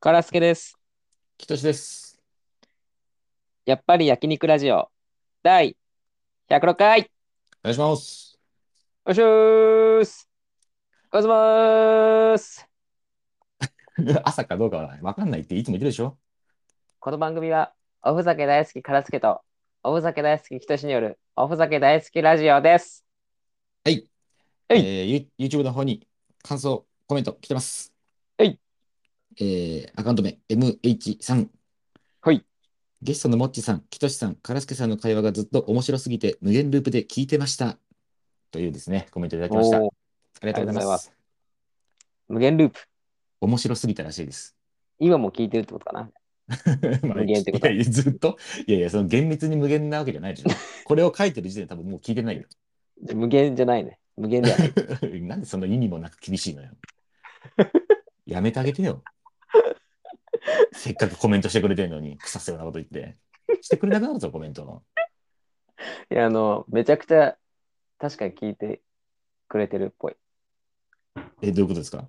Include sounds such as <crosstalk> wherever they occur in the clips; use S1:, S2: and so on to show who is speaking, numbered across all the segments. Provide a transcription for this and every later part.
S1: カラスケです。
S2: きとしです。
S1: やっぱり焼肉ラジオ第106回よ
S2: お願いします。 <laughs>
S1: っしゅーすおはようございます
S2: 朝かどうかはわかんないっていつも言ってるでしょ
S1: この番組はおふざけ大好きカラスケとおふざけ大好きひとしによるおふざけ大好きラジオです。
S2: はい。
S1: はい
S2: えー、ユ YouTube の方に感想、コメント来てます。
S1: はい。
S2: えー、アカウント名、MH さん。
S1: はい。
S2: ゲストのもっちさん、きとしさん、からすけさんの会話がずっと面白すぎて、無限ループで聞いてました。というですね、コメントいただきました。あ
S1: おー
S2: りがとうご
S1: ありがとうござ
S2: ざい
S1: いま
S2: ます。
S1: 無限ループ。
S2: 面白すぎたらしいです。 <laughs>
S1: 今も聞いてるってことかな。
S2: まあ
S1: 無限ってこと
S2: いやいやずっと、いやいや、その厳密に無限なわけじゃないでしょ。これを書いてる時点で多分もう聞いてないよ。
S1: 無限じゃないね。無限では <laughs> ない。
S2: <laughs> なんでそんな意味もなく厳しいの
S1: <laughs>
S2: よ。やめてあげてよ。せっかくコメントしてくれてるのに、臭そうなこと言って。してくれなくなるぞ、コメント。
S1: いや、あの、めちゃくちゃ確かに聞いてくれてるっぽい。
S2: え、どういうことですか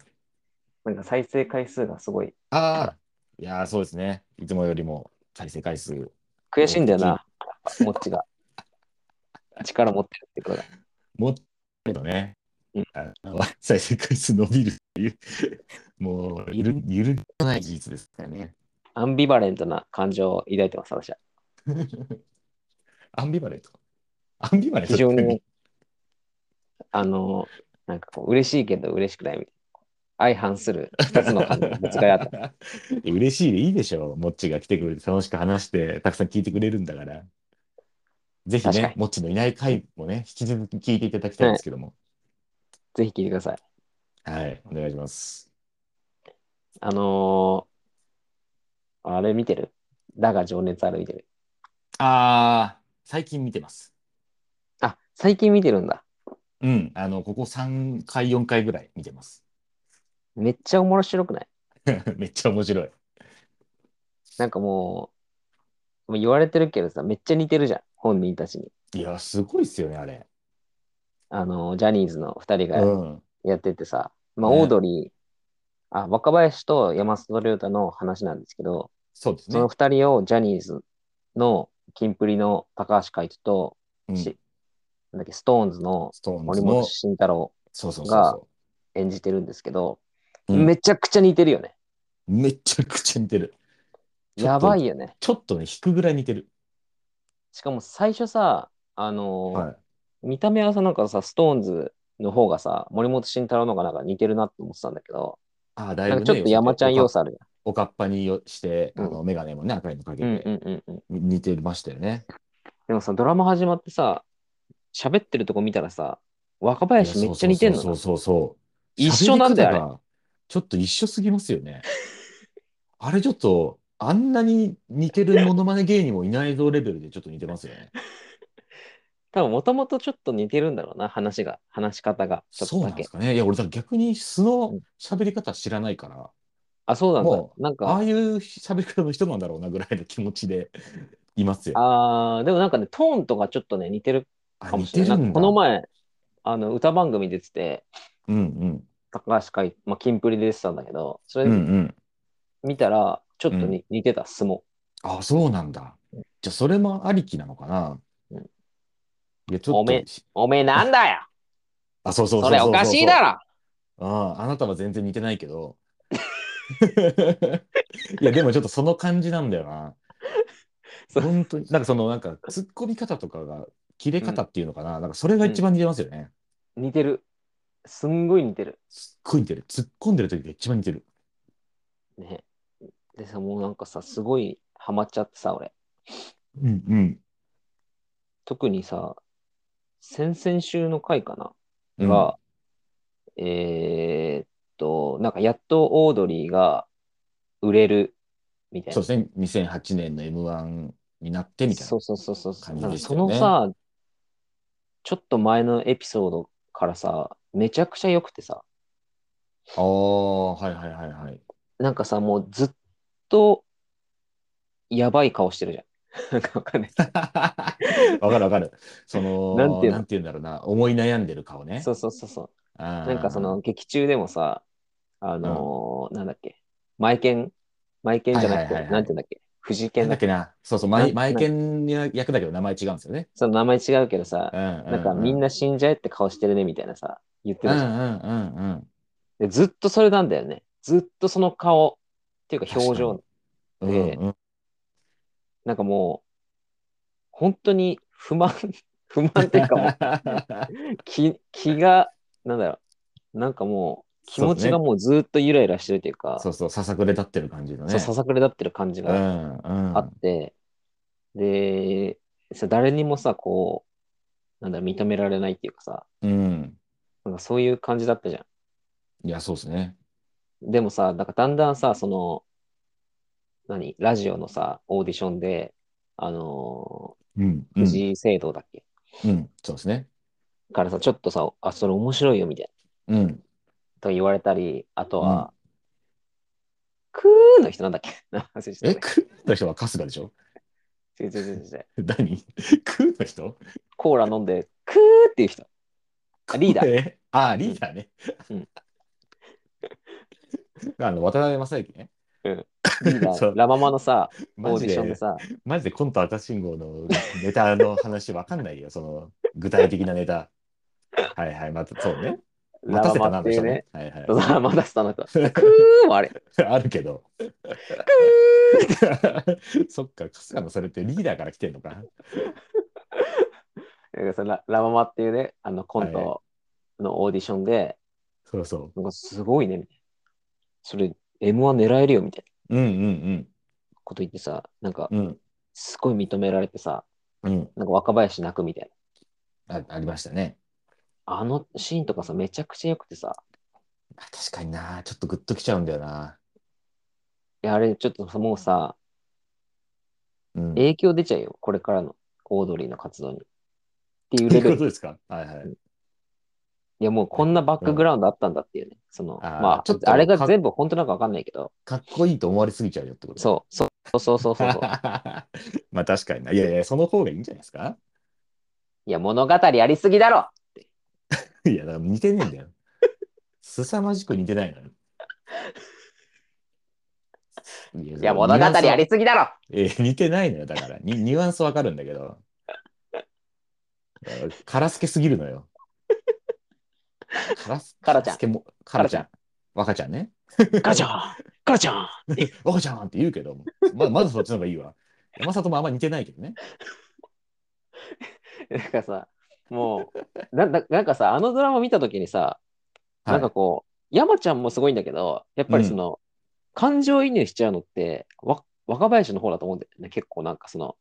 S1: なんか再生回数がすごい
S2: ああ、いやー、そうですね。いつもよりも再生回数。
S1: 悔しいんだよな、やっぱもっちが。力持ってるってことだ。
S2: もっとね
S1: うん、
S2: あの再生回数伸びるっていう、もう、ゆる、ゆるがない事実ですからね。
S1: アンビバレントな感情を抱いてます、私は。
S2: アンビバレント。アンビバレント
S1: 非常に、あの、なんかこう、嬉しいけど嬉しくないみたいな。相反する二つの感情のぶつかり合
S2: <laughs>
S1: った。
S2: 嬉しいでいいでしょう。もっちが来てくれて楽しく話して、たくさん聞いてくれるんだから。ぜひ
S1: 確か
S2: ね
S1: に、
S2: もっちのいない回もね、引き続き聞いていただきたいんですけども。
S1: ぜひ聞いてください。
S2: はい、お願いします。
S1: あのーあれ見てるだが情熱ある見てる。
S2: あー、最近見てます。
S1: あ、最近見てるんだ。
S2: うん、あの、ここ3回、4回ぐらい見てます。 <laughs>
S1: めっちゃ面白くない
S2: めっちゃ面白い。
S1: なんかもう、もう言われてるけどさ、めっちゃ似てるじゃん、本人たちに。
S2: いや、すごいっすよね、あれ。
S1: あのージャニーズの二人が
S2: うん。
S1: やっててさ、まあ、
S2: ね
S1: オードリー、あ、若林と山里亮太の話なんですけど、
S2: そうです
S1: そ
S2: ね
S1: の。二人をジャニーズのキンプリの高橋海人と、
S2: うん、ス
S1: しなんだっけ、ストーンズの
S2: トーン
S1: 森
S2: ズ
S1: 本
S2: の、
S1: 慎太郎
S2: そうそうそう
S1: が
S2: そう。
S1: 演じてるんですけど、
S2: うん
S1: めちゃくちゃ似てるよね。
S2: めちゃくちゃ似てる。ちょっと
S1: やばいよね。
S2: ちょっとね、引くぐらい似てる。
S1: しかも最初さ、あのー
S2: はい。
S1: 見た目はさ、なんかさ、ストーンズの方がさ、森本慎太郎の方がなんか似てるなって思ってたんだけど、
S2: ああ、だい
S1: な
S2: ぶ
S1: ん
S2: ね
S1: かちょっと山ちゃん要素ある
S2: おかっぱによして、
S1: うん
S2: あの、メガネもね、赤いのかけ
S1: じゃん。うん
S2: て、
S1: うんうんうん。
S2: 似てましたよね。
S1: でもさ、ドラマ始まってさ、喋ってるとこ見たらさ、若林めっちゃ似てんの
S2: そう
S1: な。
S2: そうそう。
S1: 一緒なんだよ
S2: 喋り方がちょっと一緒すぎますよね。 <laughs> あれちょっと、あんなに似てるモノマネ芸人もいないぞレベルでちょっと似てますよね。
S1: 多分もともとちょっと似てるんだろうな、話が、話し方が。ちょっ
S2: そ
S1: と
S2: うな
S1: だ
S2: んで
S1: け
S2: す。かね。いや、俺、だから逆に素
S1: う
S2: の
S1: ん
S2: 喋り方知らないから、
S1: あ、そうなんだ
S2: も。
S1: なん
S2: あ
S1: か、
S2: あいう喋り方の人なんだろうなぐらいの気持ちでいますよ。
S1: あー、でもなんかね、トーンとかちょっとね、似てる
S2: あ、
S1: かも
S2: 似
S1: しれ
S2: て
S1: ない。
S2: る
S1: なん
S2: ん
S1: か
S2: だ。
S1: この前、あの、歌番組出てて、
S2: うんうん。
S1: 高橋海、まあ、キンプリで出てたんだけど、そ
S2: うんう
S1: れ
S2: ん。
S1: 見たら、ちょっとに、似てた、相撲。
S2: あ、そうなんだ。じゃあ、それもありきなのかな。
S1: うん
S2: いや、ちょ
S1: ご
S2: っ
S1: めん
S2: と、
S1: おめえなんだよ
S2: あ、そうそう
S1: そ
S2: そう
S1: れおかしいだろ
S2: ろ。うんあなたは全然似てないけど。 <laughs> いや、でもちょっとその感じなんだよな。
S1: そう
S2: 本当に、なんかその、なんか、突っ込み方とかが、切れ方っていうのかな。なんか、それが一番似てますよね。
S1: 似てる。すんごい似てる。
S2: すっごい似てる。突っ込んでる時が一番似てる。
S1: ね。でさ、もうなんかさ、すごいハマっちゃってさ、俺。
S2: うんうん。
S1: 特にさ、先々週の回かな、
S2: うん
S1: が、えーっと、なんかやっとオードリーが売れるみたいな。
S2: そうですね。2008年の M1 になってみたいな。
S1: そうそうそうそう
S2: 感じ
S1: なんか
S2: でした
S1: そ
S2: よ
S1: の
S2: ね
S1: さ、ちょっと前のエピソードからさ、めちゃくちゃ良くてさ、
S2: ああ、はいはいはいはい。
S1: なんかさ、もうずっとやばい顔してるじゃん。 <laughs> なんかわかんない。
S2: わか <laughs> るわかる。その、
S1: なんていうの
S2: 言うんだろうな、思い悩んでる顔ね。
S1: そうそうそうそう。
S2: な
S1: なんかそ、の劇中でもさ、あのーなんだっけ、マイケンマイケンじゃなくて、
S2: はいはいはいはい
S1: なんていうんだっけ藤
S2: な
S1: 健
S2: ん
S1: だ
S2: だ
S1: っ
S2: っ
S1: け
S2: けな、そうそう、
S1: な
S2: 前、前剣役だけど名前違うんですよね。
S1: その名前違うけどさ、
S2: うんうう
S1: なんかみん
S2: な、
S1: な死んじゃえって顔してるねみたいなさ、言って
S2: うん
S1: た
S2: う
S1: じゃん。
S2: んうんうん。
S1: でずっとそれなんだよね。ずっとその顔っていうか表情。
S2: うん
S1: で
S2: うん
S1: なんかもう、本当に不満、 <laughs> 不満っていうかも
S2: <laughs>
S1: う気、気が、なんだろう、なんかもう気持ちがもうずっとゆらゆらしてるというか、
S2: <laughs> そうそう、ささくれ立ってる感じのね。
S1: そうささくれ立ってる感じ
S2: う
S1: が
S2: んうん。
S1: あって、でさ誰にもさこうなんだろう認められないっていうかさ
S2: うん。
S1: なんかそういう感じだったじゃ
S2: いや、そうですね。
S1: んでもさなんかだんだんさその何ラジオのさオーディションであの
S2: う
S1: ー
S2: ん。うん。
S1: 藤井聖堂だっけ、
S2: うんそうですね。
S1: からさちょっとさあそれ面白いよみたい
S2: うん。
S1: なと言われたりあとは、クーの人なんだっけ <laughs> 忘れちゃ
S2: え、
S1: った
S2: クーの人は春日でしょ <laughs>
S1: 違う違う違う違う
S2: 何クーの人
S1: コーラ飲んでクーっていう
S2: <laughs>
S1: 人あリーダー
S2: ー。あ、リーダーね。
S1: うん
S2: <laughs> あの、渡辺正行ね。
S1: リーダ
S2: そう
S1: ーラ・ママのさオ
S2: マ
S1: ーデ
S2: ジ
S1: ィション
S2: で
S1: で、さ
S2: マジでコント赤信号のネタの話わかんないよ。その、具体的なネタ。はいはい、また、そうね。
S1: ラ
S2: 待た
S1: ママ
S2: せたな、
S1: っていうね。
S2: あの人ね
S1: そう
S2: は
S1: そうマダスタ
S2: <laughs>
S1: の人。クーもあれ。
S2: いはい。あるけど。 <laughs> そっか、春日のそれってリーダーから来てんのか。
S1: だからそのララママっていうね、あのコン
S2: は
S1: トのオーディションで、
S2: そうそ
S1: なんかすごいね、みたいな。それ、M1 狙えるよ、みたいな
S2: う。うんうん
S1: こと言ってさ、なんか
S2: うん。うん
S1: すごい認められてさ、
S2: うん。
S1: なんか若林泣くみたいな。
S2: あありましたね。
S1: あのシーンとかさ、めちゃくちゃ良くてさ、
S2: 確かにな、ちょっとグッときちゃうんだよな。
S1: いやあれちょっとさもうさ、
S2: うん、
S1: 影響出ちゃうよ、これからのオードリーの活動に。っていう
S2: とい
S1: レ
S2: う
S1: ベ
S2: <laughs> こ
S1: ル。
S2: とですかはいはい。
S1: いやもうこんなバックグラウンドあったんだっていうね。その、
S2: あー
S1: ま
S2: ちょっ
S1: あ、
S2: と
S1: あれが
S2: か
S1: 全部本当なんかわかんないけど、
S2: かっこいいと思われすぎちゃうよってことう。
S1: そう、そうそうそうそうそう。
S2: <laughs> まあ確かにな。いやいや、その方がいいんじゃないですか <laughs>
S1: いや、物語ありすぎだろ
S2: いや、だから似てねえ
S1: <laughs>
S2: んだよ。凄まじく似てないのよ。いや
S1: いや、物語ありすぎだろ
S2: えー似てないのよ、だから。にニュアンスわかるんだけど。カラスケすぎるのよ。カラス
S1: <laughs> カラちゃん
S2: スケもカラちゃん。若ちゃんね。
S1: ガチャンガチャン
S2: 若ちゃんって言うけど、ままだそっちの方がいいわ。山里もあんま似てないけ
S1: <laughs>
S2: どね。
S1: なんかさ、もう、なななんかさ、あのドラマ見たときにさ、
S2: はい
S1: なんかこう、山ちゃんもすごいんだけど、やっぱりその、感情移入しちゃうのって、わ若林の方だと思うんだよね、結構なんかその、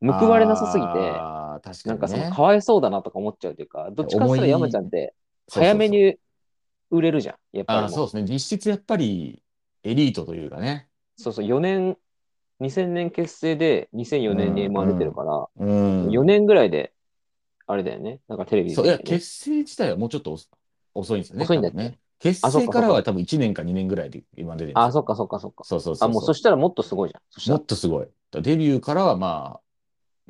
S1: 報われなさすぎて、
S2: あー確かに、ね。
S1: なんかその、かわいそうだなとか思っちゃうというか、どっちかっていうと
S2: 重い
S1: 山ちゃんって、
S2: そうそう
S1: 早
S2: そう
S1: め。に売れるじゃん、やっぱり
S2: あ
S1: も
S2: ー
S1: う。
S2: そうですね。実質やっぱりエリートというかね。
S1: そうそう、4年、2000年結成で、2004年に
S2: うん
S1: M1 出てるから、
S2: うん。
S1: 4年ぐらいで、あれだよね。なんかテレビで
S2: そ
S1: 見
S2: うい
S1: たよね、
S2: や結成自体はもうちょっと遅遅いんですよね。
S1: 遅いんだっけ
S2: 多分ね。結
S1: あそっ
S2: 成
S1: か
S2: からは多分1年か2年ぐらいで今出てるんですよ
S1: あ、そっかそっかそっか。
S2: そうそうそう
S1: あ、もうそしたらもっとすごいじゃん。そした
S2: も
S1: ら
S2: っとすごい。だからデビューからはまあ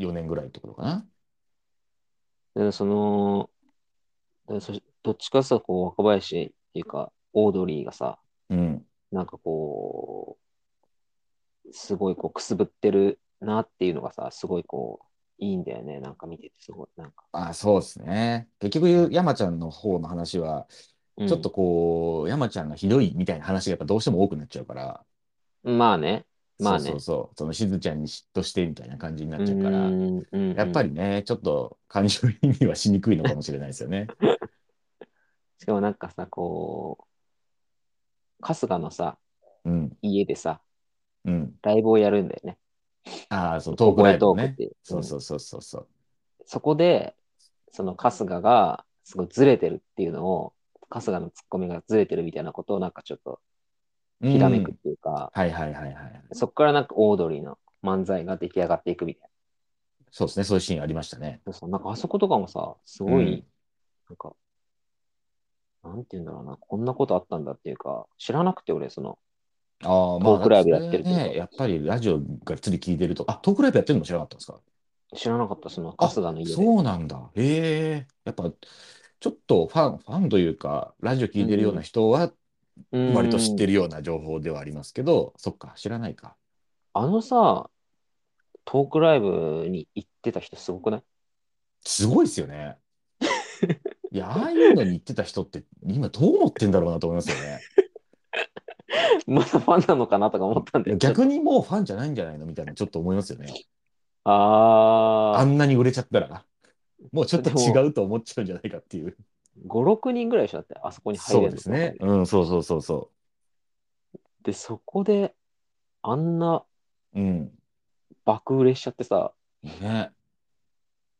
S2: 4年ぐらいってことかな。
S1: でその、でそどっちかさ、こう、若林っていうか、オードリーがさ、
S2: うん。
S1: なんかこう、すごいこう、くすぶってるなっていうのがさ、すごいこう、いいんだよね。なんか見てて、すごい。なんか、
S2: あそうですね。結局、山ちゃんの方の話は、
S1: うん
S2: ちょっとこう、山ちゃんがひどいみたいな話がやっぱどうしても多くなっちゃうから、
S1: まあね。まあね
S2: そうそうそう、そのしずちゃんに嫉妬してみたいな感じになっ
S1: う
S2: ちゃうから、
S1: んうん
S2: やっぱ
S1: り。
S2: りね、ちょっと感情移入はしにくいのかもしれないですよ
S1: <laughs>
S2: ね。
S1: しかもなんかさ、こう、春日のさ、
S2: うん、
S1: 家でさ、
S2: うん。
S1: ライブをやるんだよね。
S2: ああ、そう、トークライブ
S1: こ
S2: の
S1: こへトークっ
S2: ね。
S1: ていう。
S2: そうそうそうそうそう。
S1: そこで、その春日がすごいずれてるっていうのを、春日のツッコミがずれてるみたいなことをなんかちょっと
S2: うん
S1: ひらめくっていうか、
S2: はいはいはいはい。
S1: そこからなんかオードリーの漫才が出来上がっていくみたい
S2: そうですね、そういうシーンありましたね。
S1: な。そうなんかあそことかもさ、すごい、なんか、なんて言うんだろうな、こんなことあったんだっていうか、知らなくて俺、その、
S2: ああ、まあ、
S1: トークライブやってるというか
S2: ね。やっぱりラジオがっつり聞いてると、あ、トークライブやってるのも知らなかったんですか
S1: 知らなかった、その
S2: あ
S1: 春日の家で。
S2: そうなんだ。ええやっぱ、ちょっとファン、ファンというか、ラジオ聞いてるような人は、割と知って
S1: る。
S2: るような情報ではありますけど、そっか、知らないか。
S1: あのさ、トークライブに行ってた人すごくない <laughs>
S2: すごいですよね。いや、ああいうのに言ってた人って、今どう思ってんだろうなと思いますよね。
S1: まだファンなのかなとか思ったんだ <laughs> よ。
S2: 逆にもうファンじゃないんじゃないのみたいな、ちょっと思いますよね。あ
S1: ああ、
S2: んなに売れちゃったら、もうちょっと違うと思っちゃうんじゃないかっていう。
S1: 5、6人ぐらいでしょだって、あそこに入れ
S2: そ
S1: る
S2: う
S1: の
S2: ですね。うん、そうそうそうそ
S1: で、そこで、あんな
S2: う。うん。
S1: 爆売れしちゃってさ、
S2: ね。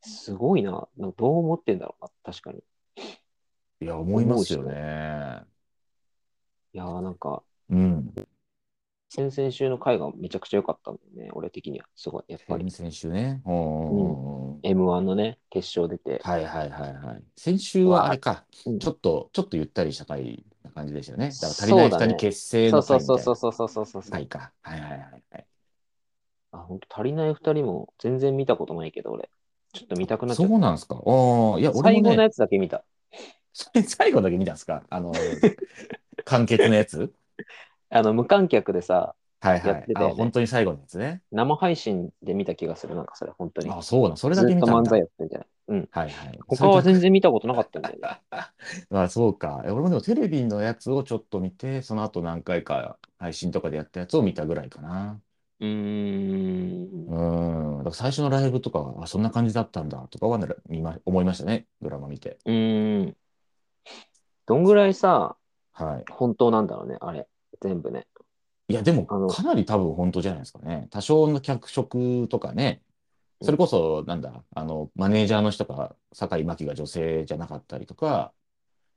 S1: すごいな。なんかどう思ってんだろうな、確かに。
S2: いや、思いますよね。
S1: いやーなんか、
S2: うん。
S1: 先々週の回がめちゃくちゃ良かったんだよね、俺的には。すごい、やっぱり。
S2: 先週ね。うんうんうん
S1: M1 のね、決勝出て。
S2: はいはいはいはい。先週はあれか、
S1: うん
S2: ちょっと、ちょっとゆったりした回な感じでしたよね。だから足りない
S1: そうだ
S2: 二
S1: ね
S2: 人結成
S1: そう
S2: の
S1: そ
S2: 回
S1: う
S2: み
S1: そう
S2: たい
S1: そう
S2: な
S1: そうそうそうそう。
S2: 回か。はいはいはいはい。
S1: あ、本当足りない二人も全然見たことないけど、俺。ちょっと見たくなっちゃ
S2: そ
S1: っ
S2: うなんですか。ああ、いや、
S1: た。
S2: 俺
S1: 最後
S2: も
S1: の
S2: ね、
S1: やつだけ見た。
S2: それ <laughs> 最後だけ見たんですか。あ
S1: <laughs>
S2: の、完結のやつ。
S1: あの、無観客でさ、
S2: はいは
S1: やって
S2: い。
S1: たよ
S2: あ
S1: ね
S2: 本当に最後のやつね。
S1: 生配信で見た気がする、なんかそれ、本当に。
S2: あそうなん、それ
S1: ず
S2: だけ
S1: っ
S2: 見
S1: と
S2: たん
S1: 漫
S2: だ。
S1: 才やってるじゃない。うん。
S2: はいはい。
S1: 他は
S2: そ
S1: 全
S2: れだけ
S1: 然見たことなかったんだよね。
S2: まあそうか。え俺もでもテレビのやつをちょっと見て、その後何回か配信とかでやったやつを見たぐらいかな。
S1: <laughs> うー。
S2: うんん。だから最初のライブとかは、あ、そんな感じだったんだとかはなら見ま、思いましたね。ドラマ見て。
S1: うーん。どんぐらいさ、
S2: はい。
S1: 本当なんだろうね、あれ。全部ね。
S2: いや、でも
S1: あの
S2: かなり多分本当じゃないですかね。多少の脚色とかね。それこそ、なんだ、あの、マネージャーの人が、酒井真紀が女性じゃなかったりとか、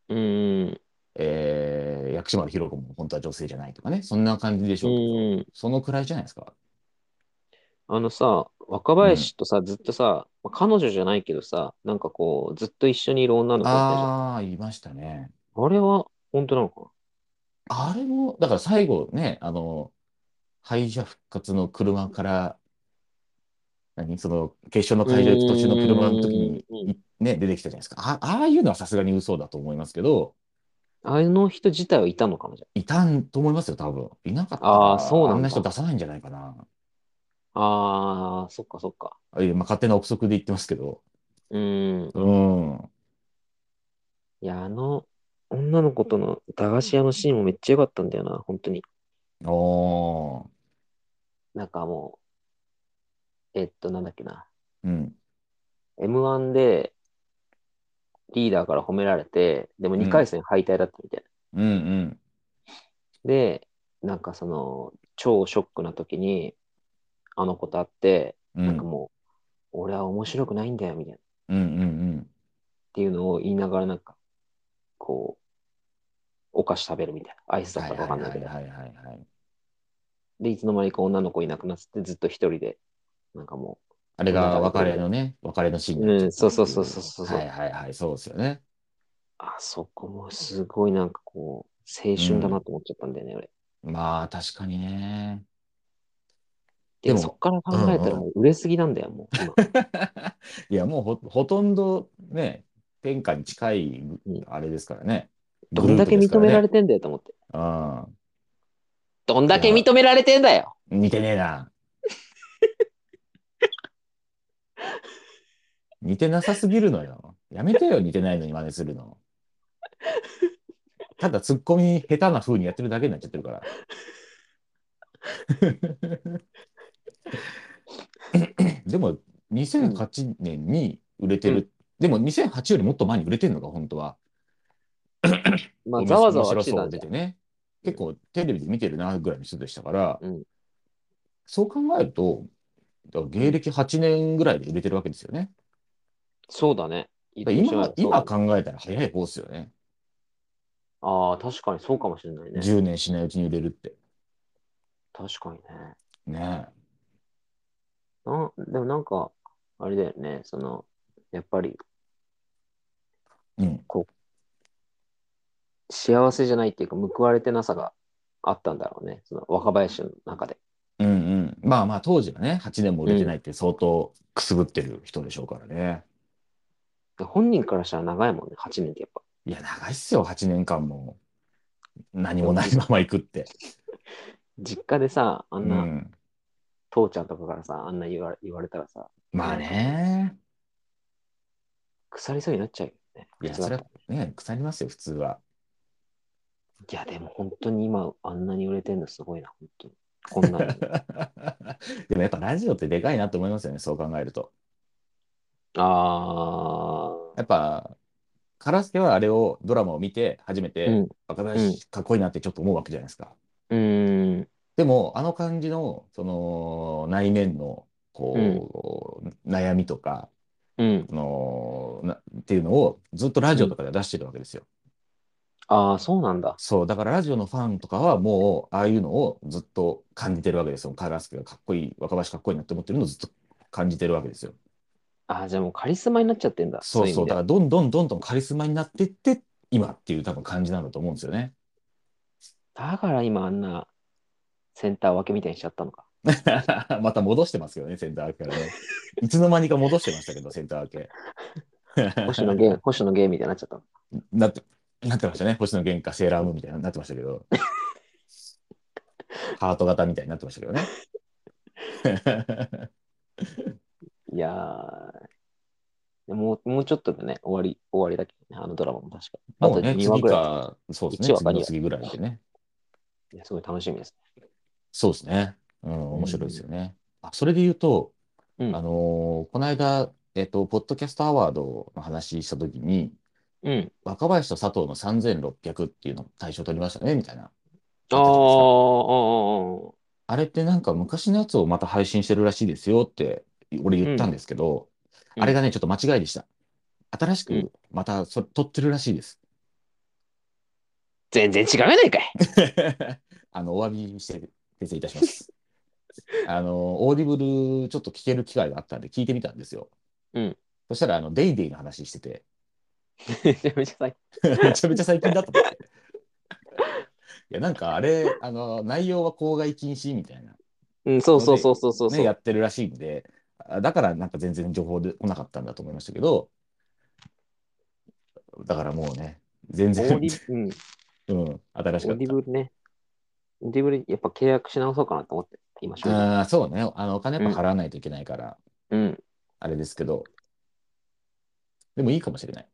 S1: うーん。
S2: えー、薬師丸ひろ子も本当は女性じゃないとかね。そんな感じでし
S1: う
S2: ょうけど。
S1: ーん。
S2: そのくらいじゃないですか。
S1: あのさ、若林とさ、ずっとさ、まあ彼女じゃないけどさ、なんかこう、ずっと一緒にいる女の子いたじゃん。あ
S2: ああ、いましたね。
S1: れは、本当なのか
S2: あれも、だから最後ね、あの、敗者復活の車から、何その、決勝の会場行く途中の車の時に
S1: うーん
S2: い、ね、出てきたじゃないですか。あああいうのはさすがに嘘だと思いますけど、
S1: なあの人自体はいたのかなじゃ
S2: いたんと思いますよ、多分。いなかったら
S1: あーそうなんだ
S2: あんな人出さないんじゃないかな。
S1: あ。あー、そっかそっか。
S2: あいやまあ、勝手な憶測で言ってますけど。
S1: うーん。
S2: うん。
S1: いや、あの、女の子との駄菓子屋のシーンもめっちゃ良かったんだよな、本当に。
S2: おー。
S1: なんかもう、えっと、なんだっけな。
S2: うん。
S1: M1 で、リーダーから褒められて、でも2回戦敗退だったみたいな。
S2: うんうん。
S1: で、なんかその、超ショックな時に、あの子と会って、
S2: う
S1: なんか
S2: ん。
S1: もう、俺は面白くないんだよ、みたいな。っ
S2: うんうん
S1: ていうのを言いながら、なんか、こう、お菓子食べるみたいな。アイス
S2: うん。
S1: だっ
S2: はい
S1: たか
S2: はい
S1: わか
S2: はい
S1: んないけど。
S2: はいはいはい。
S1: で、いつの間にか女の子いなくなってて、ずっと一人で、なんかも
S2: あれが別れのね、別れのシーンになっちゃった
S1: うんそうそうそうそうそう
S2: はいはいはい、そうですよね。
S1: う、あそこもすごいなんかこう、青春だなと思っちゃったんだよね、俺。
S2: まあ確かにね。 <laughs>
S1: で
S2: でも
S1: そっから考えたら、売れすぎなんだよ、もう。今
S2: いやもうほほとんどね、天下に近い
S1: うん
S2: あれですからね。
S1: どんだけ認められ
S2: て
S1: てんだよと思って。
S2: う
S1: どんだけ認められてんだよ
S2: ん。似てねえな。似てなさすぎるのよ。やめてよ、似てないのに真似するの。ただツッコミ下手な風にやってるだけになっちゃってるから。 <laughs> でも2008年に売れてる、
S1: うん
S2: でも2008よりもっと前に売れてるのか本当は、
S1: まあ、
S2: 面
S1: ざわざわ
S2: 面
S1: して
S2: 白
S1: た
S2: そうん
S1: じ
S2: 出
S1: ゃん
S2: てね結構テレビで見てるなぐらいの人でしたから、
S1: うん
S2: そう考えるとだから芸歴8年ぐらいで売れてるわけですよね
S1: そうだね。
S2: だから今今考えたら早い方ですよね
S1: ああ、確かにそうかもしれないね。
S2: 10年しないうちに売れるって
S1: 確かにね。
S2: ね
S1: なでもなんか、あれだよね、その、やっぱり
S2: えうん
S1: 幸せじゃないっていうか、報われてなさがあったんだろうね、その若林の中で。
S2: うんうん、まあまあ当時はね8年も売れてないって相当くすぶってる人でしょうからね、
S1: 本人からしたら長いもんね、8年ってやっぱ。
S2: いや長いっすよ8年間も何もないまま行くって。
S1: 実家でさ、あ
S2: うん
S1: な、
S2: ん。
S1: 父ちゃんとかからさ、あんな言われ言われたらさ、
S2: まあね。
S1: 腐りそうになっちゃうよね。
S2: いや、
S1: 普通
S2: それ
S1: だ
S2: はね、腐りますよ、普通は。
S1: いや、でも本当に今、あんなに売れてんのすごいな、本
S2: <laughs>
S1: 当に。こんなに。
S2: でもやっぱラジオってでかいなと思いますよね、そう考えると。
S1: あ
S2: やっぱ、カラスケはあれを、ドラマを見て、初め
S1: ー。う
S2: て、
S1: ん。
S2: 若林かっこいいなってちょっと思うわけじゃないですか。
S1: うーん。
S2: でも、あの感じの、その、内面の、こう、悩みとか、
S1: うん。
S2: そのなっていうのをずっとラジオとかでは出してるわけですよ。
S1: ああ、そうなんだ。
S2: そう、だからラジオのファンとかはもう、ああいうのをずっと感じてるわけですよ。カラスケがかっこいい、若林かっこいいなって思ってるのをずっと感じてるわけですよ。
S1: ああ、じゃあもうカリスマになっちゃってんだ。
S2: そう
S1: い意
S2: そう、
S1: 味
S2: だ
S1: で
S2: からどんどんどんどんカリスマになってって、今っていう多分感じなんだと思うんですよね。
S1: だから今、あんなセンター分けみたいにしちゃったの
S2: <laughs>
S1: か。
S2: また戻してますけどね、センター分けからね。いつの間にか戻してましたけど、センター分け。
S1: 星野源、星野源みたいになっちゃったの。
S2: なって、なってましたね。星野源かセーラームーンみたいになってましたけど。ハート型みたいになってましたけどね。
S1: いやー。もうもうちょっとでね、終わり、終わりだけどね、あのドラマも確か。あ
S2: も
S1: と
S2: うね、
S1: 2話
S2: 次
S1: ぐら
S2: か、そうです
S1: 一
S2: ね、
S1: 話か
S2: 次
S1: 二
S2: の
S1: 話
S2: 次ぐらいでね。
S1: い。いやすごい楽しみです。
S2: そうですね。うん、面白いですよね。あ、それで言うと、
S1: うん
S2: あのーこの間、えっと、ポッドキャストアワードの話したときに、
S1: うん。
S2: 若林と佐藤の3600っていうのを対象取りましたね、みたいな。
S1: あーあー、あーあー、
S2: あれってなんか昔のやつをまた配信してるらしいですよって俺言ったんですけど、
S1: うん
S2: あれがね、ちょっと間違いでした。新し
S1: うん
S2: くまたそ撮ってるらしいです。
S1: <laughs>
S2: <laughs>
S1: 全然違うやないかい。
S2: あの、お詫びして訂正いた
S1: <laughs>
S2: します。あの、オーディブルちょっと聞ける機会があったんで聞いてみたんですよ。
S1: うん
S2: そしたら、あの、デイデイの話してて、
S1: めちゃめちゃ最高
S2: <laughs> めちゃめちゃ最近だったと思って。いや、なんかあれ、あの、内容は公害禁止みたいな。
S1: うん、そうそうそうそうそうそう。
S2: ね、やってるらしいんで、あだからなんか全然情報で来なかったんだと思いましたけど、だからもうね、全
S1: オー
S2: 然
S1: デ、ィブ、うん、オ
S2: うん、新しか
S1: ー
S2: っ
S1: ディブルね。オーディブル、やっぱ契約し直そうかなと思って、今正直。
S2: た。ああー、そうね、あのお金やっぱ払わないといけないから、
S1: うん。
S2: あれですけど、でもいいかもしれない。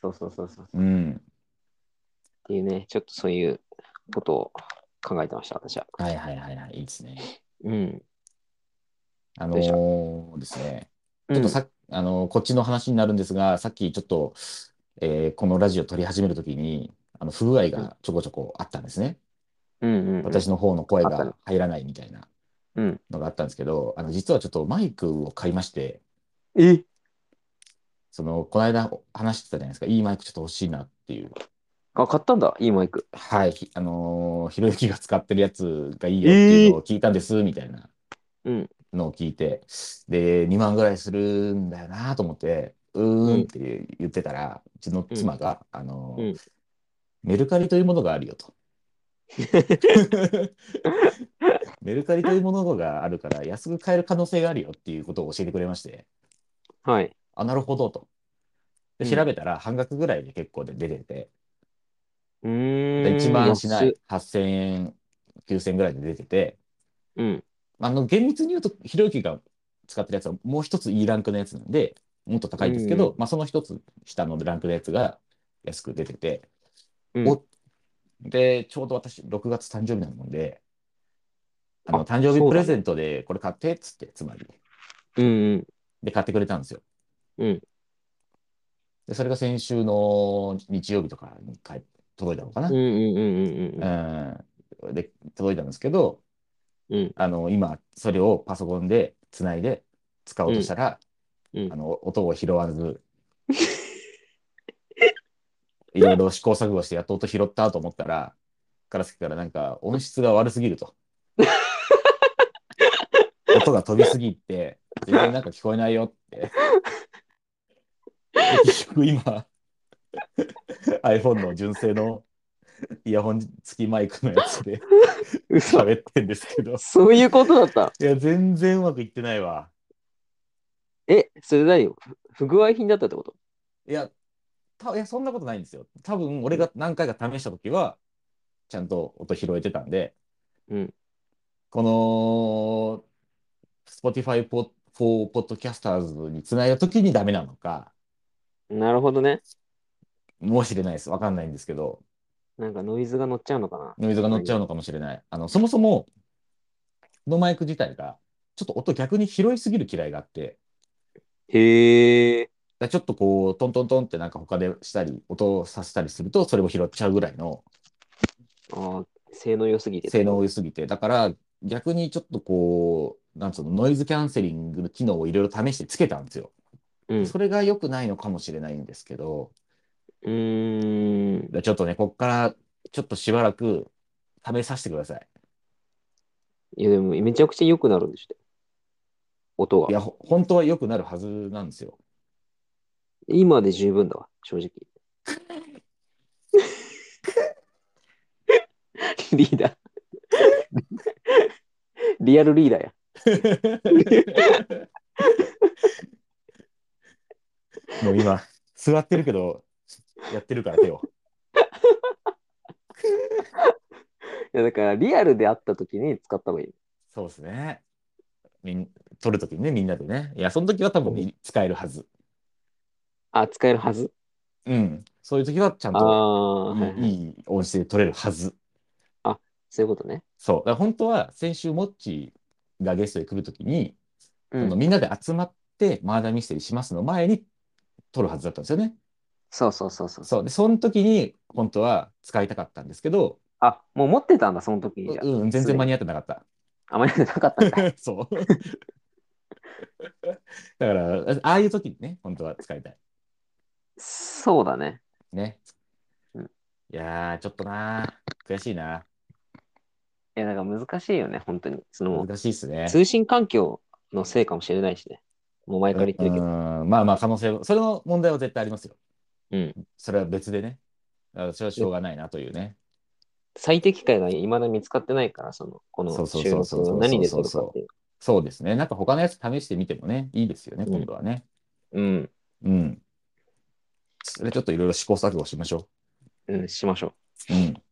S1: そうそうそうそう。っ
S2: うん、
S1: ていうね、ちょっとそういうことを考えてました、私は。
S2: はいはいはいはい、いいですね。
S1: うん。
S2: あのーですね、ちょっとさ、あのーこっちの話になるんですが、さっきちょっと、えーこのラジオ撮り始めるときに、あの不具合がちょこちょこあったんですね。
S1: うん、うんうん、
S2: 私の方の声
S1: あったね
S2: が入らないみたいな
S1: うん
S2: のがあったんですけど、あの実はちょっとマイクを買いまして、
S1: え
S2: そのこの間話してたじゃないですか、いいマイクちょっと欲しいなっていう、
S1: あ、買ったんだ、いいマイ <laughs> ク。
S2: はい、ひあのーひろゆきが使ってるやつがいいよっていうのを聞いたんですみたいな
S1: うん
S2: のを聞いて、で、2万ぐらいするんだよなと思って、うーんって言ってたら、うちの妻が、あのー
S1: うん
S2: メルカリというものがあるよと。 <laughs> メルカリというものがあるから安く買える可能性があるよっていうことを教えてくれまして、
S1: はい。
S2: あ、なるほどと。で、
S1: うん
S2: 調べたら半額ぐらいで結構で出てて、
S1: うーん。
S2: 1万しな
S1: 安っ
S2: い、8000円、9000円ぐらいで出てて、
S1: うん。
S2: あの、厳密に言うと、ひろゆきが使ってるやつはもう一ついいランクのやつなんで、もっと高いんですけど、
S1: う
S2: まあその一つ下のランクのやつが安く出てて、
S1: うん
S2: おで、ちょうど私、6月誕生日なもんで、あの
S1: あ
S2: 誕生
S1: そ
S2: 日
S1: う
S2: プ
S1: だね
S2: レゼントでこれ買ってっつって、つまり。
S1: うんうん。
S2: で、買ってくれたんですよ。
S1: うん
S2: で、それが先週の日曜日とかに帰届いたのかな
S1: うん。うんうんうんうん
S2: うん、で、届いたんですけど、
S1: うん。
S2: あの、今、それをパソコンでつないで使おうとしたら、
S1: うんうん
S2: あの、音を拾わず、 <laughs> いろいろ試行錯誤してやっと音拾ったと思ったら、カラスキからなんか音質が悪すぎる
S1: <laughs>
S2: と。音が飛びすぎて、全然なんか聞こえないよって。 <laughs> で結局今、iPhone の純正のイヤホン付きマイクのやつで
S1: 嘘。
S2: 喋ってんですけど。
S1: そういうことだった。
S2: いや、全然うまくいってないわ。
S1: え、それ何不不具合品だったってこと
S2: いや、たいやそんなことないんですよ。多分俺が何回か試したときは、ちゃんと音拾えてたんで、
S1: うん
S2: この Spotify for Podcasters につないだ時にダメなのか、
S1: なるほどね。
S2: もしれないです。わかんないんですけど、
S1: なんかノイズが乗っちゃうのかな。
S2: ノイズが乗っちゃうのかもしれない。あの、そもそも、このマイク自体が、ちょっと音逆に拾いすぎる嫌いがあって、
S1: へえ。
S2: だからちょっとこう、トントントンってなんか他でしたり、音をさせたりすると、それを拾っちゃうぐらいの
S1: あー性能良すぎて。
S2: 性能良すぎて、だから逆にちょっとこう、なんつうの、ノイズキャンセリングの機能をいろいろ試してつけたんですよ。
S1: うん。う
S2: それが良くないのかもしれないんですけど、
S1: ーん。
S2: だからちょっとね、こっからちょっとしばらく試させてください。
S1: いや、でもめちゃくちゃ良くなるんでしょ。音が。
S2: いや、ほ本当は良くなるはずなんで
S1: <laughs>
S2: すよ。
S1: 今で十分だわ、正
S2: <laughs>
S1: 直。リーダー。リアルリーダーや。
S2: もう今、座ってるけど、やってるから手を。
S1: いやだから、リアルで会った時に使った方がいい。
S2: そうですね。みん撮るときにね、みんなでね。いや、その時は多分い使えるはず。
S1: あ、使えるはず。
S2: うん。そういう時はちゃん
S1: あ
S2: と
S1: あ、はい
S2: い
S1: はい
S2: いい音質で撮れるはず。
S1: そういうことね。
S2: そう。だから本当は先週、モッチーがゲストで来るときに、
S1: う
S2: その
S1: ん。
S2: みんなで集まって、マーダーミステリーしますの前に撮るはずだったんですよね。
S1: そうそうそうそう。
S2: そう。で、その時に、本当は使いたかったんですけど、
S1: あ、もう持ってたんだ、その時にじゃあ。
S2: うん、全然間に合ってなかった。 <laughs>
S1: あまりなかったんだ。
S2: そう。 <laughs> だから、ああいう時にね、本当は使いたい。
S1: そうだね。
S2: ね。
S1: うん
S2: いやー、ちょっとなー、悔しいな。
S1: いや、だから難しいよね、本当に。その、
S2: 難しいっすね。
S1: 通信環境のせいかもしれないしね。もう前から言ってるけど。
S2: うん、まあまあ、可能性は、それの問題は絶対ありますよ。
S1: うん。
S2: それは別でね。あそれはしょうがないなというね。
S1: 最適解がいまだ見つかってないから、その、こ
S2: そう
S1: の
S2: そう
S1: 収
S2: そうそう
S1: 録を何で撮るかっていう。
S2: そうですね。なんか他のやつ試してみてもね、いいですよね、
S1: うん
S2: 今度はね。
S1: うん。
S2: うん。それちょっといろいろ試行錯誤しましょ
S1: うん、しましょう。
S2: う。うん。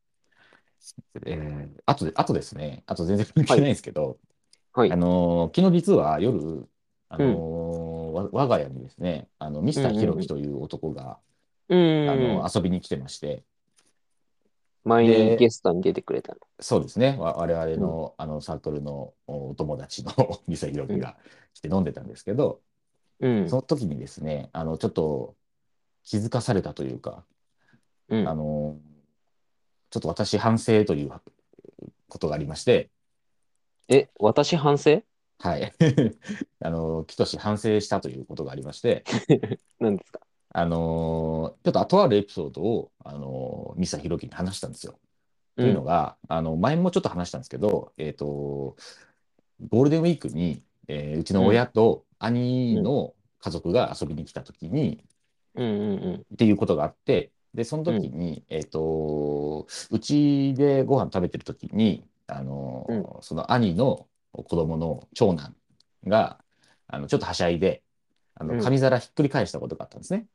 S2: えー、あとで、あとですね、あと全然関係ないんですけど、
S1: はい
S2: あ。のー昨日実は夜、あのーわ我が家にですね、あのミスターヒロキという男が、
S1: うん。
S2: あの遊びに来てまして、
S1: 前
S2: で
S1: にゲストに出てくれたの。
S2: そうですね、わ我々の,、あのサークルのおお友達の <laughs> ミスターヒロキが来て飲んでたんですけど、
S1: うん
S2: そ。の時にですね、あのちょっと気づかされたというか、
S1: うん
S2: あのーちょっと私反省ということがありまして、
S1: え、私反省
S2: はい、 <laughs> あのーキトシ反省したということがありまして、
S1: なんですか
S2: あのーちょっと後あるエピソードを、あのー、ミサヒロキに話したんですよ。というのが、あの前もちょっと話したんですけど、えっ、と、ゴールデンウィークに、えーうちの親と兄の家族が遊びに来た時に、
S1: うんうん
S2: っていうことがあって、で、その時に、えっ、と、うちでご飯食べてる時に、あのーその兄の子供の長男が、あのちょっとはしゃいで、あ
S1: う
S2: の
S1: ん
S2: 紙皿ひっくり返したことがあったんですね。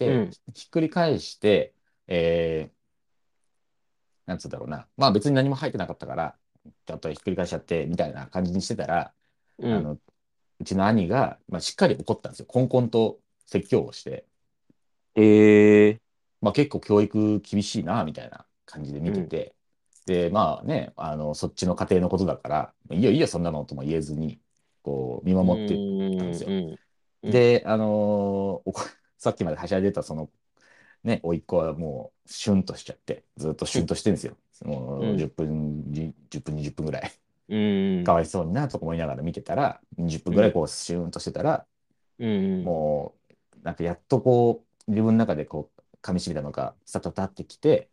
S1: うん。
S2: で、ひっくり返して、えー、なんつうんだろうな、まあ別に何も入ってなかったから、ちょっとひっくり返しちゃってみたいな感じにしてたら、
S1: う
S2: あ
S1: ん。
S2: のうちの兄が、まあ、しっかり怒ったんですよ、こんこんと説教をして、
S1: ええ。
S2: まあ、結構教育厳しいなみたいな感じで見てて、で、まあね、あのそっちの家庭のことだから、いいよいいよ、そんなのとも言えずに、こう見守ってたんですよ
S1: うんうんうん
S2: で、あのーおこ <laughs> さっきまではしゃいでたその、ね、甥っ子はもう、シュンとしちゃって、ずっとシュンとしてるんですよ。もう
S1: うん
S2: 10分、じ10分、20分ぐらい。
S1: うん。
S2: かわいそうになとか思いながら見てたら、20分ぐらいこう、シュンとしてたら、
S1: うん。
S2: もう、なんかやっとこう、自分の中でこう、噛みしめたのか、さたたってきて、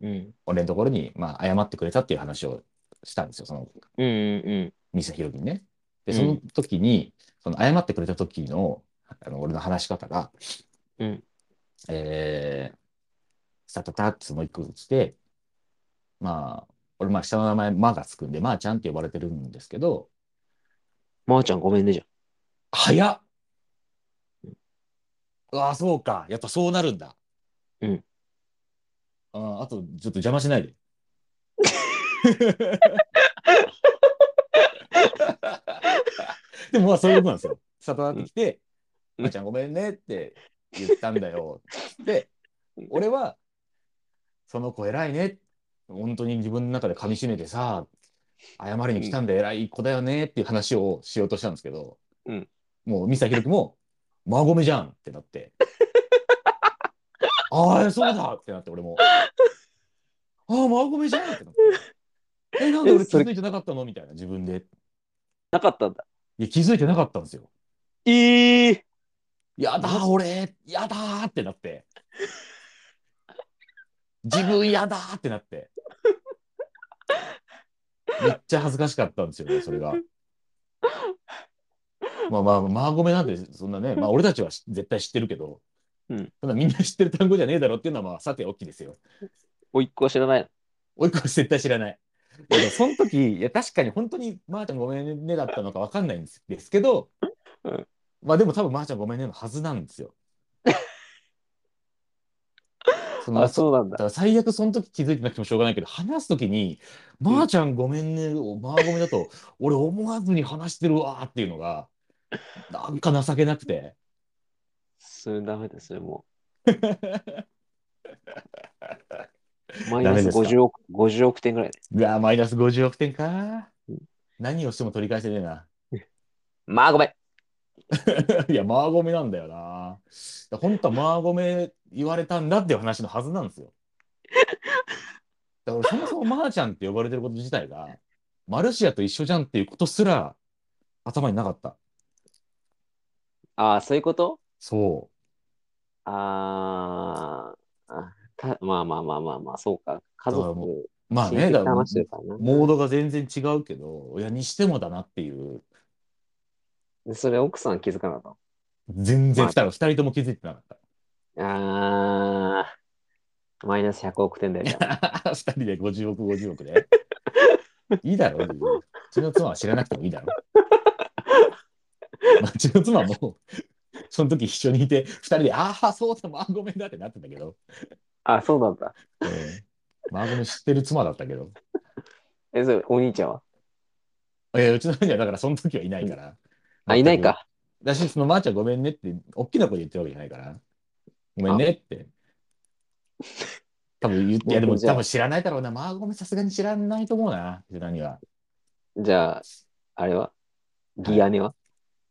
S1: うん。うん
S2: 俺のところに、まあ、謝ってくれたっていう話をしたんですよ、その
S1: うんうん。
S2: 西田ひろきにね。で、
S1: うん
S2: その時に、その謝ってくれた時の、あの俺の話し方が、
S1: うん
S2: えー、さたたってもう一個来て、まあ、俺、まあ、下の名前、まがつくんで、まあちゃんって呼ばれてるんですけど、
S1: まーちゃんごめんねじゃん。
S2: 早っうわあ、そうか。やっぱそうなるんだ。
S1: うん。
S2: あーあと、ちょっと邪魔しないで。でもまあそういうことなんですよ。里なってきて、
S1: うん
S2: まーちゃんごめんねって言ったんだよ。で、俺は、その子偉いね。本当に自分の中で噛み締めてさ、謝りに来たんだ偉い子だよねっていう話をしようとしたんですけど、
S1: うん
S2: もう三崎時も、マゴメじゃんってなって。ああ、そうだってなって、俺も。ああ、マゴメじゃんってなって。え、なんで俺気づいてなかったのみたいな、自分で。
S1: なかったんだ。
S2: いや、気づいてなかったんですよ。
S1: ええ
S2: やだー、俺、やだーってなって。自分やだーってなって。めっちゃ恥ずかしかったんですよね、それが。まあまあ、マーゴメなんて、そんなね、まあ俺たちはし絶対知ってるけど、
S1: うん
S2: ただみんな知ってる単語じゃねえだろっていうのは、まあ、さておきですよ。
S1: おいっ子は知らないの。
S2: おいっ子は絶対知らない。いやでもその時、いや、確かに本当に、まーちゃんごめんねだったのかわかんないんですですけど、
S1: うん
S2: まあでも多分、まーちゃんごめんねのはずな
S1: <laughs>
S2: んですよ。その
S1: あ、そうなん
S2: だ
S1: だ。
S2: から最悪その時気づいてなくてもしょうがないけど、話す時に、まーちゃんごめんね、おまーごめんだと、俺思わずに話してるわーっていうのが、なんか情けな
S1: <laughs>
S2: くて。
S1: それダメですよ、もう。マイ
S2: メ
S1: ナ
S2: です
S1: ス
S2: か
S1: 50億、50億点ぐらいで。
S2: うわー、マイナス50億点かー
S1: うん
S2: 何をしても取り返せねえな。
S1: まあごめん。
S2: いや、マーゴメなんだよな。本当はマーゴメ言われたんだっていう話のはずなんですよ。だからそもそもマーちゃんって呼ばれてること自体が、マルシアと一緒じゃんっていうことすら頭になかった。
S1: ああ、そういうこと
S2: そ
S1: あーあた。まあまあまあまあまあ、そうか。家
S2: だからも
S1: 族、
S2: う。まあ
S1: 親
S2: ね、
S1: 戚
S2: だ
S1: と
S2: から
S1: 話してるからな。
S2: モードが全然違うけど、親にしてもだなっていう、
S1: でそれ奥さん気づかなかっ
S2: 全
S1: ま
S2: 然
S1: あ
S2: 二人、二人とも気づいてなかった。
S1: たの。ああ。マイナス100億点だよ。
S2: <laughs>
S1: じゃあ
S2: 2人で50億、50億で。いいだろ、うちの妻は知らなくてもいいだろ。まあ、うちの妻も、その時一緒にいて、2人で、ああ、そうだ、マーゴメだってなってたけど、
S1: あ、そうなんだ。
S2: うんマーゴメ知ってる妻だったけど、
S1: え、それ、お兄ちゃんはい
S2: やうちの兄はだからその時はいないから。
S1: あ、いないか。
S2: だし、そのまーちゃんごめんねって、大きな声で言ってるわけじゃないから。ごめんねって。多分言って、いやでも多分知らないだろうな。まあごめん、さすがに知らないと思うな。うちの兄は。
S1: じゃあ、あれはギアネは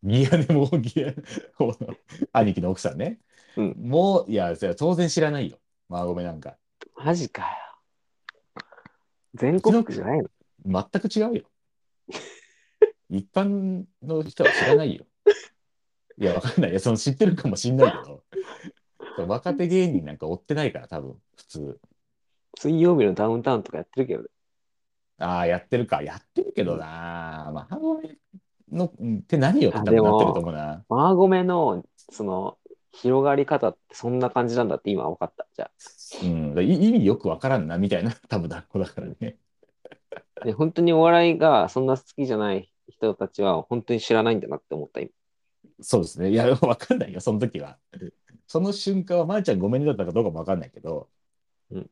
S2: ギアでもギア、この兄貴の奥さんね。
S1: うん
S2: もう、いや、それは当然知らないよ。まあごめんなんか。
S1: マジかよ。全国区じゃないの
S2: 全く違うよ。一般の人は知らないよ。いや、わかんない。いや、その知ってるかもしんないけど。若手芸人なんか追ってないから、多分、普通。
S1: 水曜日のダウンタウンとかやってるけど、
S2: ああ、やってるか。やってるけどな。まあ、ハロウィンのうんって何よって多分
S1: あでも
S2: なってると思うな。
S1: マーゴメの、その、広がり方ってそんな感じなんだって今分かった。じゃ
S2: うん、だい意味よくわからんな、みたいな、多分だだからね。
S1: あ、で本当にお笑いがそんな好きじゃない人たちは本当に知らないんだなって思った今。
S2: そうですね。いや、わかんないよ、その時は。その瞬間は、まー、ちゃんごめんねだったかどうかもわかんないけど。
S1: うん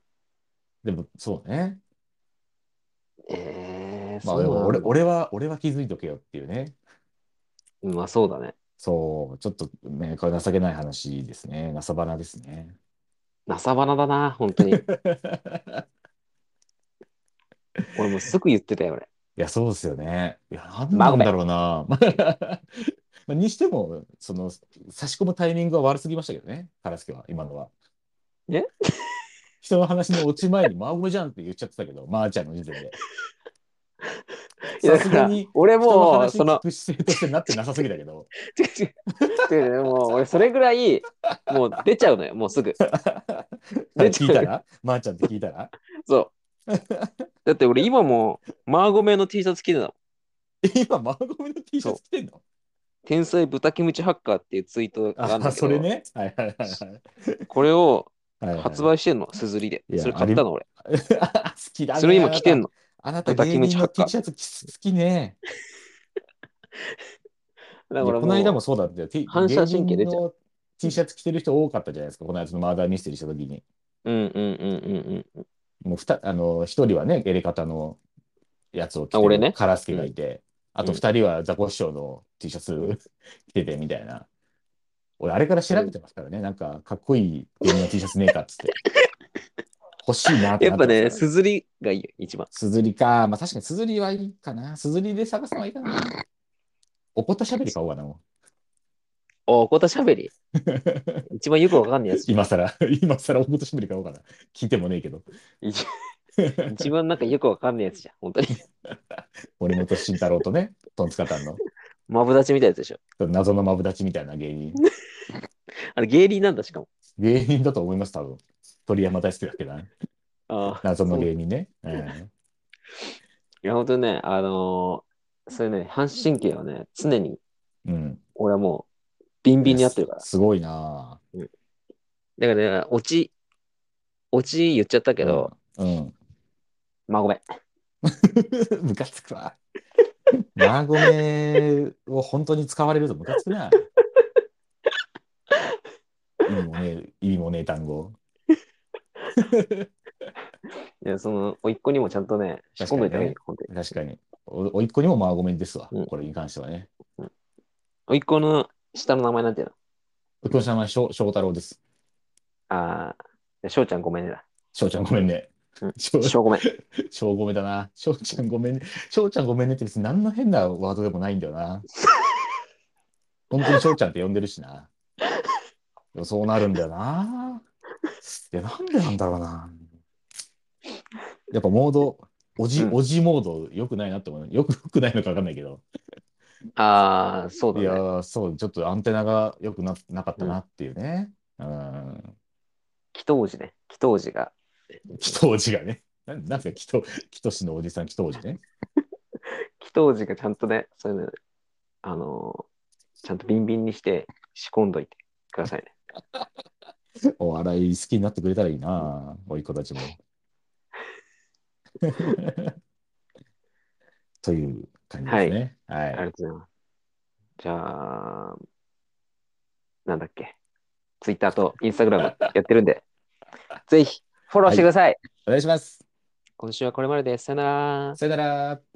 S2: でも、そうね。
S1: えー、
S2: ま
S1: そ
S2: あ、
S1: う
S2: で
S1: なん
S2: も
S1: だ
S2: 俺、俺は、俺は気づいとけよっていうね。
S1: うんまあそうだね。
S2: そう、ちょっとね、これ情けない話ですね。情花ですね。
S1: なさばなだな、本当
S2: <laughs>
S1: に。俺もうすぐ言ってたよ、俺。
S2: いや、そうですよね。いや、なん
S1: まあご
S2: なん
S1: めん
S2: だろうな。 <laughs> まあ、にしても、その、差し込むタイミングは悪すぎましたけどね、カスケは、今のは。
S1: え
S2: <laughs> 人の話の落ち前に、マーゴメじゃんって言っちゃってたけど、マーちゃんの時点で。
S1: いや
S2: さすがに
S1: だから、俺
S2: 人の
S1: もう、
S2: 話
S1: その <laughs>
S2: 聞、く姿勢としてなってなさすぎだけど。 <laughs>
S1: 違う違う違う違うもう俺それぐらいもう出ちゃうのよもうすぐ出ちゃう
S2: 聞いたらマーちゃんって聞いたら
S1: そうだって俺今もマーゴメの T シャツ着てたもん
S2: 今、マーゴメの T シャツ着てんの
S1: 天才豚キムチハッカーっていうツイートがあるんだ
S2: あ、
S1: けど
S2: それね。はいはいはいはい
S1: これを
S2: はいはい。
S1: 発売してんのすずりで
S2: いや
S1: それ買ったの俺
S2: <laughs> 好きだね。
S1: それ今着てんの
S2: あなた
S1: 豚
S2: 芸
S1: キムチ
S2: 人の
S1: ハッカー
S2: T シャツき好きね。
S1: だか
S2: いや
S1: ら
S2: この間
S1: もう
S2: もそうだったよ。T-
S1: 反射神経出ちゃう
S2: 芸人の T シャツ着てる人多かったじゃないですか。この間のマーダーミステリーした時に。
S1: うんうんうんうんうん
S2: もうふたあの一人はね、エレカタのやつを着
S1: あ
S2: て
S1: 俺ね
S2: るカラスケがいて、あと
S1: うん
S2: 2人はザコシショウの T シャツ着ててみたいな。俺、あれから調べてますからね、なんかかっこいい芸人の T シャツねえかっつって。 <laughs> 欲しいなって
S1: や
S2: な
S1: っぱ
S2: ってますから
S1: ね、すずりがいいよ、一番。
S2: すずりか。まあ確かにすずりはいいかな。すずりで探すのはいいかな。怒ったしゃべり買おうかな、も
S1: おお、こたしゃべり。
S2: う。
S1: 一番よくわかんないやつ。
S2: <laughs> 今更今更怒ったしゃべり買おうかな。聞いてもねえけど。
S1: <laughs> 一一番なんかよくわかんないやつじゃん、本当に。
S2: 森本慎太郎とね、トンツカタンの
S1: マブダチみたいなやつでしょ。
S2: 謎のマブダチみたいな芸人。
S1: あれ、芸人なんだ、しかも。
S2: 芸人だと思います、多分。鳥山大輔だっけな。
S1: ああ。
S2: 謎の芸人ね。うん
S1: いや、本当にね、あのーそういうね、反神経はね、常に
S2: うん。
S1: 俺はもう、ビンビンにやってるから。
S2: すごいな
S1: だからね、落ち、落ち言っちゃった
S2: け
S1: けど、、
S2: うん。 <laughs>
S1: まあごめん。
S2: ムカつくわ。マゴメを本当に使われるとムカつくな。 <laughs> 意味もねえ、意味もねえ単語。
S1: いや、その、甥っ子にもちゃんとね、仕込めてあげる、本当に。
S2: 確かに。おおいっ子にもマゴメですわ、
S1: うん
S2: これに関してはね。
S1: 甥っ子の下の名前なんていうの
S2: うっこの名前、翔翔太郎です。
S1: ああ、翔ちゃんごめんね <laughs> だ。
S2: 翔ちゃんごめんね
S1: うん。
S2: 翔
S1: 翔ごめん。
S2: 翔ごめだな。翔ちゃんごめんね。翔ちゃんごめんねって別に何の変なワードでもないんだよな。本当に翔ちゃんって呼んでるしな。でもそうなるんだよな。いや、なんでなんだろうな。やっぱモード、おじ、
S1: うん
S2: おじモード良くないなって思う。よく良くないのか分かんないけど。
S1: ああ、そうだ
S2: い
S1: ね
S2: や。ー、そう、ちょっとアンテナが良くななかったなっていうね。うん。
S1: 祈祷寺ね。祈祷寺が。
S2: 祈祷寺がね。なんなんすか、祈祷、祈祷師のおじさん祈祷寺ね。
S1: 祈祷寺がちゃんとね、そういうの、あのーちゃんとビンビンにして仕込んどいてくださいね。
S2: お笑い好きになってくれたらいいな、おいっ子
S1: <laughs>
S2: たちも。という感じですね。はい。
S1: ありがとうございます。じゃあ、なんだっけ。ツイッターとインスタグラムやってるんで、ぜひフォローしてください。
S2: お願いします。
S1: 今週はこれまでです。さよなら。
S2: さよなら。